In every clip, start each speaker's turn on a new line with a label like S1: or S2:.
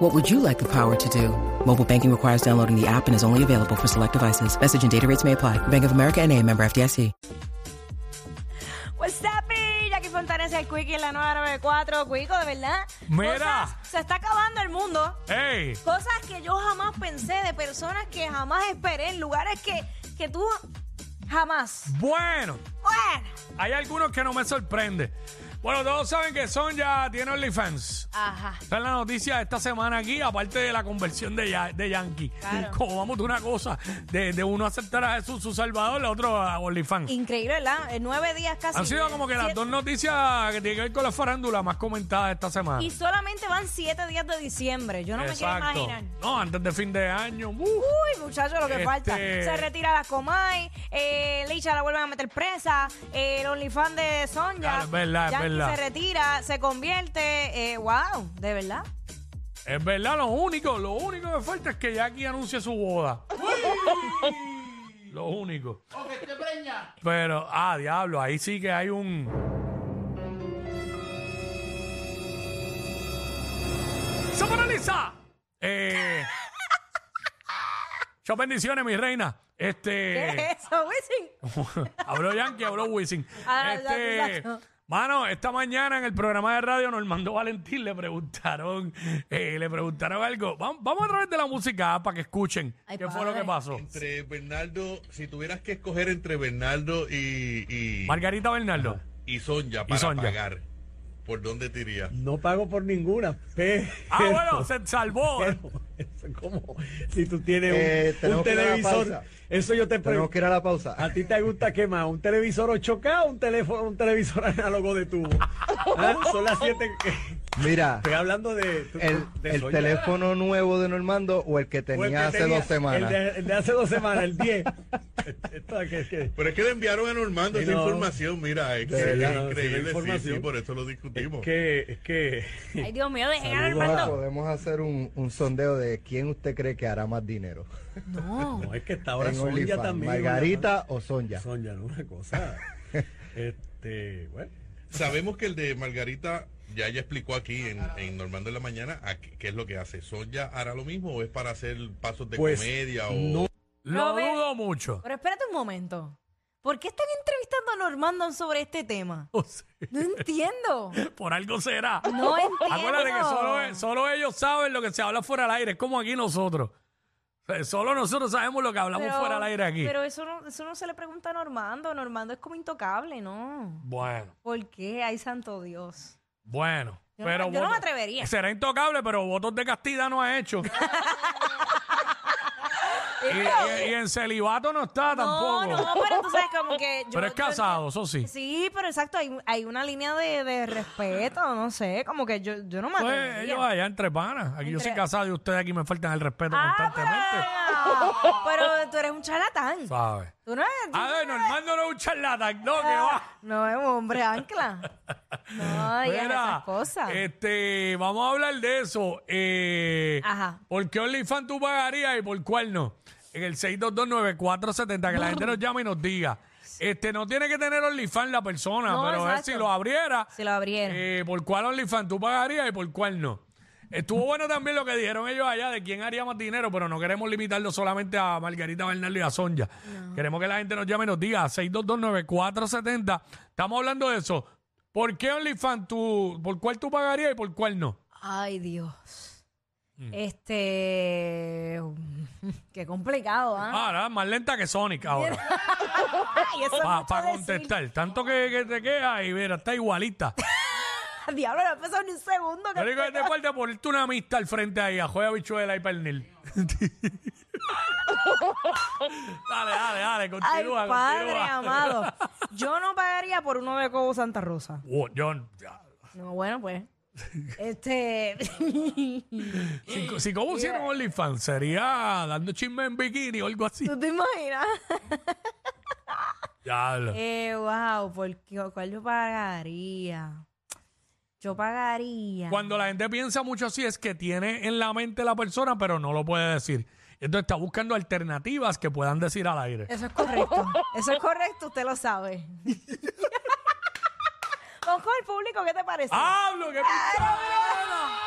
S1: What would you like the power to do? Mobile banking requires downloading the app and is only available for select devices. Message and data rates may apply. Bank of America and a member FDIC.
S2: What's up, y Jackie Fontanes, el Quickie en la 994. Quico, de verdad.
S3: Mira.
S2: Cosas- se está acabando el mundo.
S3: ¡Ey!
S2: Cosas que yo jamás pensé, de personas que jamás esperé, en lugares que, que tú jamás.
S3: Bueno,
S2: Bueno.
S3: hay algunos que no me sorprende. Bueno, todos saben que Sonja tiene OnlyFans.
S2: Ajá.
S3: Esta es la noticia de esta semana aquí, aparte de la conversión de, Ya- de Yankee.
S2: Claro.
S3: Como vamos de una cosa, de, de uno aceptar a Jesús su salvador, la otra a OnlyFans.
S2: Increíble, ¿verdad? En nueve días casi.
S3: Han sido como que las
S2: Siete-
S3: dos noticias que tienen que ver con la farándula más comentadas esta semana.
S2: Y solamente van siete días de diciembre. Yo no me quiero imaginar.
S3: No, antes de fin de año. ¡uh!
S2: Uy, muchachos, lo que
S3: Este-
S2: falta. Se retira la Comay, eh, Licha la vuelven a meter presa, eh, el OnlyFans de Sonja.
S3: Claro, es verdad, es
S2: Yankee
S3: verdad.
S2: se retira, se convierte. eh, wow, de verdad.
S3: Es verdad, lo único, lo único que falta es que Jackie anuncie su boda. lo único. Pero, ah, diablo, ahí sí que hay un. ¡Se paraliza! Eh. Yo bendiciones, mi reina.
S2: ¿Qué
S3: Este.
S2: es eso, Wisin?
S3: habló Yankee, habló Wisin.
S2: Ah, exacto,
S3: Este,
S2: exacto.
S3: mano, esta mañana en el programa de radio Normando Valentín le preguntaron, eh, le preguntaron algo. Vam- Vamos, a través de la música ah, para que escuchen
S2: Ay,
S3: qué fue lo
S2: padre.
S3: que pasó.
S4: Entre Bernardo, si tuvieras que escoger entre Bernardo y, y,
S3: Margarita Bernardo.
S4: y Sonja para
S3: Sonja.
S4: pagar, ¿por dónde te irías?
S5: No pago por ninguna, pero.
S3: Ah, bueno, se salvó.
S5: pero, eso es como si tú tienes un,
S6: Eh,
S5: un
S6: tenemos que ir a la
S5: televisor.
S6: pausa.
S5: Eso yo te
S6: Tenemos
S5: pregunto.
S6: que ir a la pausa.
S5: ¿A ti te gusta qué más? ¿Un televisor 8K o un, teléfono, un televisor análogo de tubo? Ah, Son las 7.
S6: Mira,
S5: Estoy hablando de. tú-
S6: el,
S5: de
S6: el
S5: Sonia.
S6: teléfono nuevo de Normando o el que
S5: O
S6: tenía
S5: el que
S6: hace
S5: tenía-
S6: dos semanas.
S5: El de, el de hace dos semanas, el 10. Esto es que- que-
S4: Pero es que le enviaron a Normando
S5: Sí,
S4: esa
S5: no.
S4: información, mira, es,
S5: De
S4: que es
S5: verdad, no, sí, la
S4: increíble, sí,
S5: información.
S4: sí, por eso lo
S5: es
S4: discutimos.
S5: que. Es que
S2: Ay, Dios mío, dejen a
S5: Saludos
S2: Armando.
S6: Podemos hacer un, un sondeo de quién usted cree que hará más dinero.
S5: No, es que está ahora
S6: en
S5: Sonia
S6: OnlyFans,
S5: también.
S6: Margarita o Sonja.
S5: Sonia, no, una cosa. Este, bueno.
S4: Sabemos que el de Margarita ya ya explicó aquí en, en Normando en la mañana a qué, qué es lo que hace. ¿Sonja hará lo mismo o es para hacer pasos de
S5: Pues,
S4: comedia o
S5: no.
S3: Lo
S2: Robert.
S3: dudo mucho.
S2: Pero espérate un momento. ¿Por qué están entrevistando a Normando sobre este tema?
S3: No sé,
S2: No entiendo.
S3: Por algo será.
S2: No entiendo.
S3: Acuérdate que solo, solo ellos saben lo que se habla fuera del aire. Es como aquí nosotros. O sea, Solo nosotros sabemos lo que hablamos
S2: Pero-
S3: fuera del aire aquí.
S2: Pero eso no, eso no se le pregunta a Normando. Normando es como intocable, ¿no?
S3: Bueno,
S2: ¿Por qué? Ay, santo Dios.
S3: bueno.
S2: Yo no-
S3: pero
S2: yo no me
S3: voto-
S2: atrevería.
S3: Será intocable, pero votos de castidad no ha hecho. Y, y- y en celibato no está
S2: No,
S3: tampoco.
S2: no, pero tú sabes como que... yo-
S3: pero es
S2: yo-
S3: casado, eso sí.
S2: sí, pero exacto, hay, hay una línea de, de respeto, no sé, como que yo, yo no me
S3: Pues
S2: atrevería.
S3: ellos allá entre panas. Aquí yo
S2: Entre-
S3: soy casado y ustedes aquí me faltan el respeto constantemente.
S2: Ah, pero, pero tú eres un charlatán.
S3: ¿Sabes?
S2: Tú no eres... tú
S3: A ver,
S2: no
S3: Normando no es un charlatán. Ah, No, que
S2: Ah.
S3: va.
S2: No es un hombre ancla. No, digas
S3: Mira,
S2: esas cosas.
S3: Este, vamos a hablar de eso. Eh,
S2: Ajá.
S3: ¿Por qué OnlyFans tú pagarías y por cuál no? En el 6229470, que la gente nos llame y nos diga. Este, no tiene que tener OnlyFans la persona,
S2: No,
S3: pero es
S2: exacto.
S3: si lo abriera,
S2: Si lo abrieron.
S3: eh, ¿por cuál OnlyFans tú pagarías y por cuál no? Estuvo bueno también lo que dijeron ellos allá de quién haría más dinero, pero no queremos limitarlo solamente a Margarita Bernardo y a Sonja. Queremos que la gente nos llame y nos diga 6229470. Estamos hablando de eso. ¿Por qué OnlyFans tú, por cuál tú pagarías y por cuál no?
S2: Ay, Dios.
S3: Mm.
S2: Este. Qué complicado, ¿ah?
S3: Ahora, más lenta que Sonic ahora.
S2: Ay, eso es
S3: Para
S2: mucho
S3: contestar. Tanto que, que te quedas y mira, está igualita.
S2: decir. Diablo, no ha pasado ni un segundo.
S3: Lo
S2: Que
S3: único que te falta es ponerte una amistad al frente ahí, a joya bichuela y pernil. dale, dale, dale,
S2: Ay,
S3: continúa,
S2: padre
S3: continúa.
S2: amado. Yo no pagaría por uno de Cobo Santa Rosa.
S3: Oh, John, ya.
S2: No, bueno, pues. Este.
S3: si, si como hicieron OnlyFans, sería dando chisme en bikini o algo así.
S2: ¿Tú te imaginas?
S3: Diablo.
S2: Eh, wow, ¿por qué- ¿cuál yo pagaría? Yo pagaría.
S3: Cuando la gente piensa mucho así es que tiene en la mente la persona, pero no lo puede decir. Entonces está buscando alternativas que puedan decir al aire.
S2: Eso es correcto. Eso es correcto, usted lo sabe. Vamos con el público, ¿qué te parece?
S3: ¡Hablo! ¡Qué pichada!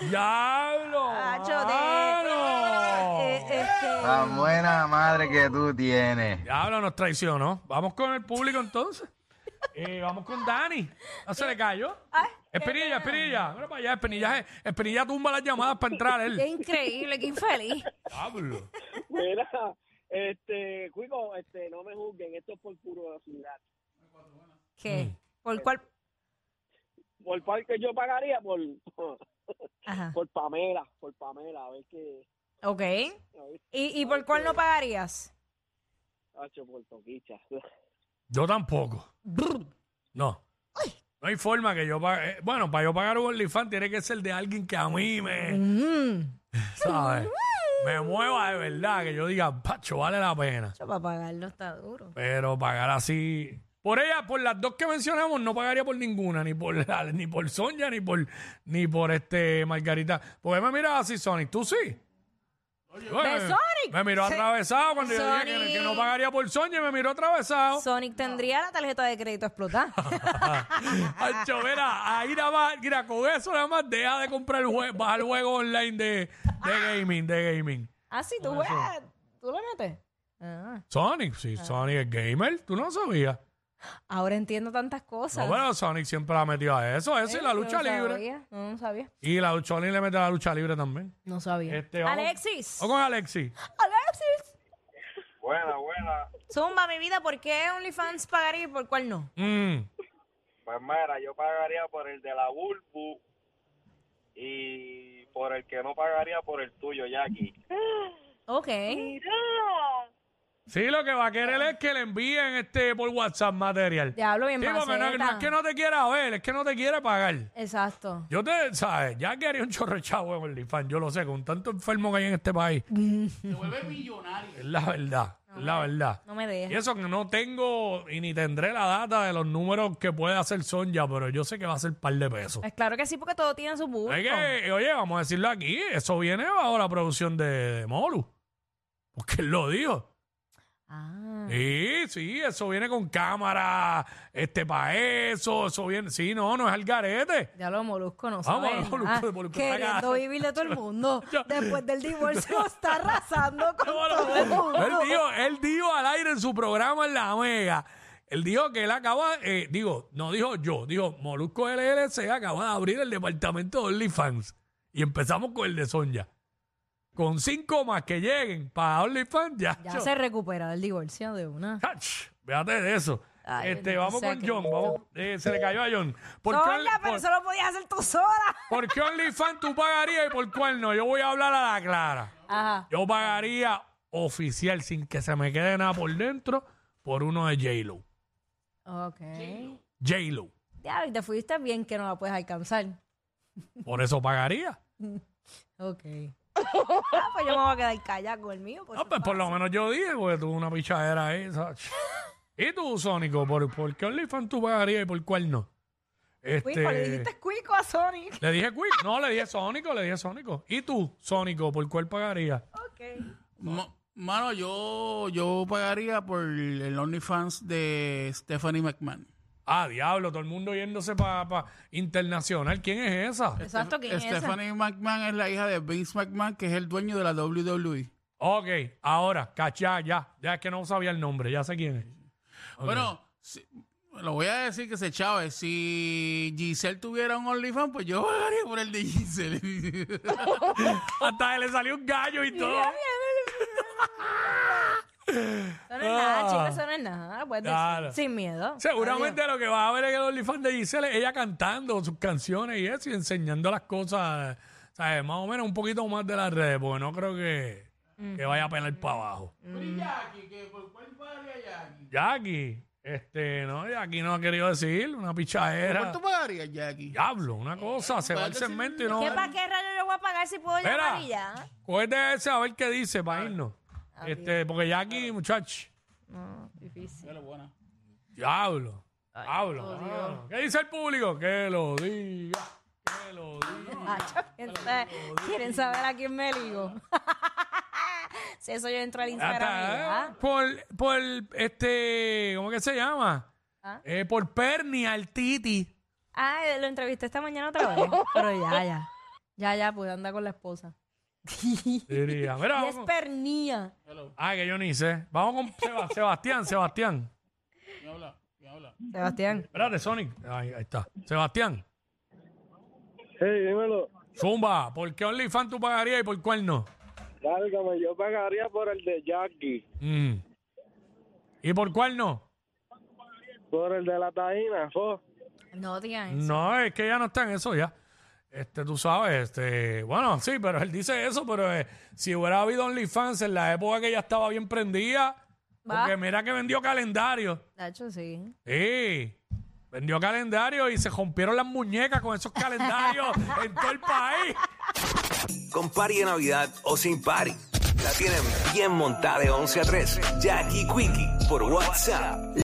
S3: ¡Diablo!
S2: Acho, de-
S3: mano!
S2: Eh, este-
S7: La buena madre que tú tienes.
S3: Diablo, nos traicionó. Vamos con el público entonces. Eh, vamos con Dani. ¿No se le cayó?
S2: Ay, qué
S3: Espinilla,
S2: pena.
S3: Espinilla. Mira para allá, Espinilla. Espinilla tumba las llamadas para entrar
S2: Qué
S3: él.
S2: increíble, qué infeliz.
S3: Diablo.
S8: Mira, este, Cuico, este, no me juzguen, esto es por curiosidad.
S2: ¿Qué?
S3: Mm.
S2: ¿Por cuál?
S8: ¿Por cuál que yo pagaría? Por,
S2: Ajá.
S8: por Pamela, por Pamela, a ver qué,
S2: Ok.
S8: a ver,
S2: ¿Y, y por cuál no pagarías?
S8: hacho, por Toquicha.
S3: Yo tampoco. No. No hay forma que yo pague. eh, Bueno, para yo pagar un OnlyFans tiene que ser de alguien que a mí me.
S2: Mm,
S3: ¿Sabes? Me mueva de verdad, que yo diga, pacho, vale la pena.
S2: yo para pagarlo está duro.
S3: Pero pagar así. Por ella, por las dos que mencionamos, no pagaría por ninguna, ni por la- ni por Sonia, ni por ni por este Margarita. Porque me miraba así, Sonic, tú sí. Oye,
S2: ¿Ve,
S3: me-
S2: Sonic?
S3: Me miró
S2: Sí.
S3: atravesado cuando yo dije que- que,
S2: Sonic.
S3: no pagaría por Sonia y me miró atravesado.
S2: Sonic tendría la tarjeta de crédito explotada. Ah.
S3: Ay, mira, ahí nada más, mira, con eso nada más deja de comprar el juego, baja el juego online de, de gaming, de gaming.
S2: ah, sí, tú juegas. ¿Tú lo metes? Ah,
S3: Sonic, sí, Sonic es gamer, tú no lo sabías.
S2: ahora entiendo tantas cosas.
S3: No, pero Sonic siempre la metió a eso, eso y la
S2: Yo no
S3: lucha libre.
S2: sabía, No, no sabía.
S3: Y la Sonic le mete a la lucha libre también.
S2: No sabía.
S3: Este, vamos-
S2: Alexis.
S3: Vamos con Alexi.
S2: Alexis.
S8: Buena, buena.
S2: Zumba, mi vida, ¿por qué OnlyFans pagaría y por cuál no?
S3: Mm,
S8: Pues mira, yo pagaría por el de la Bulbu y por el que no pagaría por el tuyo, Jackie.
S2: Ok.
S3: Sí, lo que va a querer es que le envíen este por WhatsApp material.
S2: Diablo bien
S3: Sí, porque no,
S2: maceta.
S3: no es que no te quiera ver, es que no te quiere pagar.
S2: Exacto.
S3: Yo te, ¿sabes? Ya quería un chorro de chavo en OnlyFans, yo lo sé, con tanto enfermo que hay en este país. Te vuelve millonario. Es la verdad, es la verdad.
S2: No eh. me
S3: Y
S2: dejes.
S3: eso que no tengo y ni tendré la data de los números que puede hacer Sonja, pero yo sé que va a ser par de pesos.
S2: Pues claro que sí, porque todo tiene su público.
S3: Es que, oye, vamos a decirlo aquí, eso viene bajo la producción de, de Moru. Porque él lo dijo.
S2: Ah.
S3: Sí, sí, eso viene con cámara, este, para eso, eso viene. Sí, no, no es al garete.
S2: Ya lo molusco no
S3: Vamos,
S2: sabe
S3: Molusco,
S2: nada.
S3: Molusco está
S2: Queriendo
S3: cagado.
S2: vivir de todo el mundo. Después del divorcio está arrasando con todo el
S3: Él
S2: mundo.
S3: dijo, él dijo al aire en su programa en La Mega. Él dijo que él acaba, eh, digo, no dijo yo, dijo Molusco LLC acaba de abrir el departamento de OnlyFans. Y empezamos con el de Sonja. Con cinco más que lleguen para OnlyFans, ya.
S2: Ya
S3: yo-
S2: se recupera del divorcio de una.
S3: Ach, Véate de eso.
S2: Ay,
S3: este,
S2: bendito
S3: vamos
S2: sea
S3: con
S2: Cristo.
S3: John. Vamos, eh, se le cayó a John. ¿Por qué,
S2: Sola,
S3: Only-
S2: pero
S3: por-
S2: eso lo podías hacer tú sola.
S3: por qué OnlyFans tú pagarías y por cuál no? Yo voy a hablar a la clara.
S2: Ajá.
S3: Yo pagaría oficial sin que se me quede nada por dentro por uno de J-Lo.
S2: Ok.
S3: J-Lo.
S2: Ya, y te fuiste bien que no la puedes alcanzar.
S3: Por eso pagaría.
S2: Ok. Ah, pues yo me voy a quedar callada con el mío. pues.
S3: No, pues por lo menos yo dije, porque tuve una pichadera esa. ¿Y tú, Sónico? ¿Por, por qué OnlyFans tú pagarías y por cuál no? Este,
S2: Cuico, le dijiste cuico a Sonic.
S3: Le dije Quick. No, le dije Sónico, le dije Sónico. ¿Y tú, Sónico, por cuál pagarías?
S2: Ok.
S3: Este
S9: Mo- Mano, yo, yo pagaría por el OnlyFans de Stephanie McMahon.
S3: Ah, diablo, todo el mundo yéndose para internacional. ¿Quién es esa?
S2: Exacto, ¿quién es esa?
S9: Stephanie McMahon es la hija de Vince McMahon, que es el dueño de la E. WWE.
S3: Ok, ahora, cachá, ya. Ya es que no sabía el nombre, ya sé quién es.
S9: Bueno, si- lo voy a decir que se chave. Si Giselle tuviera un OnlyFans, pues yo pagaría por el de Giselle.
S3: Hasta le salió un gallo y todo.
S2: Eso no es nada,
S3: Ah.
S2: chicas, eso no es nada. Puedes decir
S3: Claro.
S2: sin miedo.
S3: Seguramente lo que va a ver en el OnlyFans de Giselle es ella cantando sus canciones y eso y enseñando las cosas, ¿sabes? Más o menos un poquito más de las redes, porque no creo que, que vaya a pelar para abajo. Jackie, este, no, Jackie no ha querido decir, una pichadera.
S9: ¿Cuánto pagarías, Jackie?
S3: Diablo, una cosa, se va el
S9: parece
S3: segmento y no.
S2: ¿Qué para qué rayos yo voy a pagar si puedo
S3: Espera,
S2: llamar y ya? Ah.
S3: cógete ese a ver qué dice para irnos. Este, porque Jackie, muchachos.
S2: difícil.
S9: Pero buena.
S3: Diablo. Hablo.
S2: oh, Dios.
S3: Ah, ¿Qué dice el público? Que lo diga. Que lo diga.
S2: Hacho, ¿quién sabe- ¿Quieren saber a quién me ligo? si eso yo entro al Instagram. y
S3: Hasta,
S2: ya.
S3: eh, por, por este, ¿cómo que se llama?
S2: Ah.
S3: Eh, por Pernia, al Titi.
S2: Ah, lo entrevisté esta mañana otra vez. Pero ya, ya. Ya, ya, pude andar con la esposa. y
S3: Diría. Mira,
S2: es
S3: vamos-
S2: pernía.
S3: Ay, que yo ni sé. Vamos con Seba- Sebastián, Sebastián.
S9: ¿Quién habla? ¿Quién habla?
S2: Sebastián.
S3: Espérate, Sonic. Ahí, ahí está. Sebastián.
S8: Hey, dímelo.
S3: Zumba, ¿por qué OnlyFans tú pagarías y por cuál no?
S8: Cálgame, yo pagaría por el de Jackie,
S3: Mm. ¿Y por cuál no?
S8: por el de la Taína, jo.
S2: No digan eso.
S3: No, es que ya no está en eso ya. Este, tú sabes, este, bueno, sí, pero él dice eso, pero eh, si hubiera habido OnlyFans en la época que ella estaba bien prendida,
S2: Va.
S3: porque mira que vendió calendario.
S2: Nacho, sí.
S3: Sí. Vendió calendario y se rompieron las muñecas con esos calendarios en todo el país.
S10: Con party de Navidad o sin party. La tienen bien montada de 11 a 3. Jackie Quickie por WhatsApp.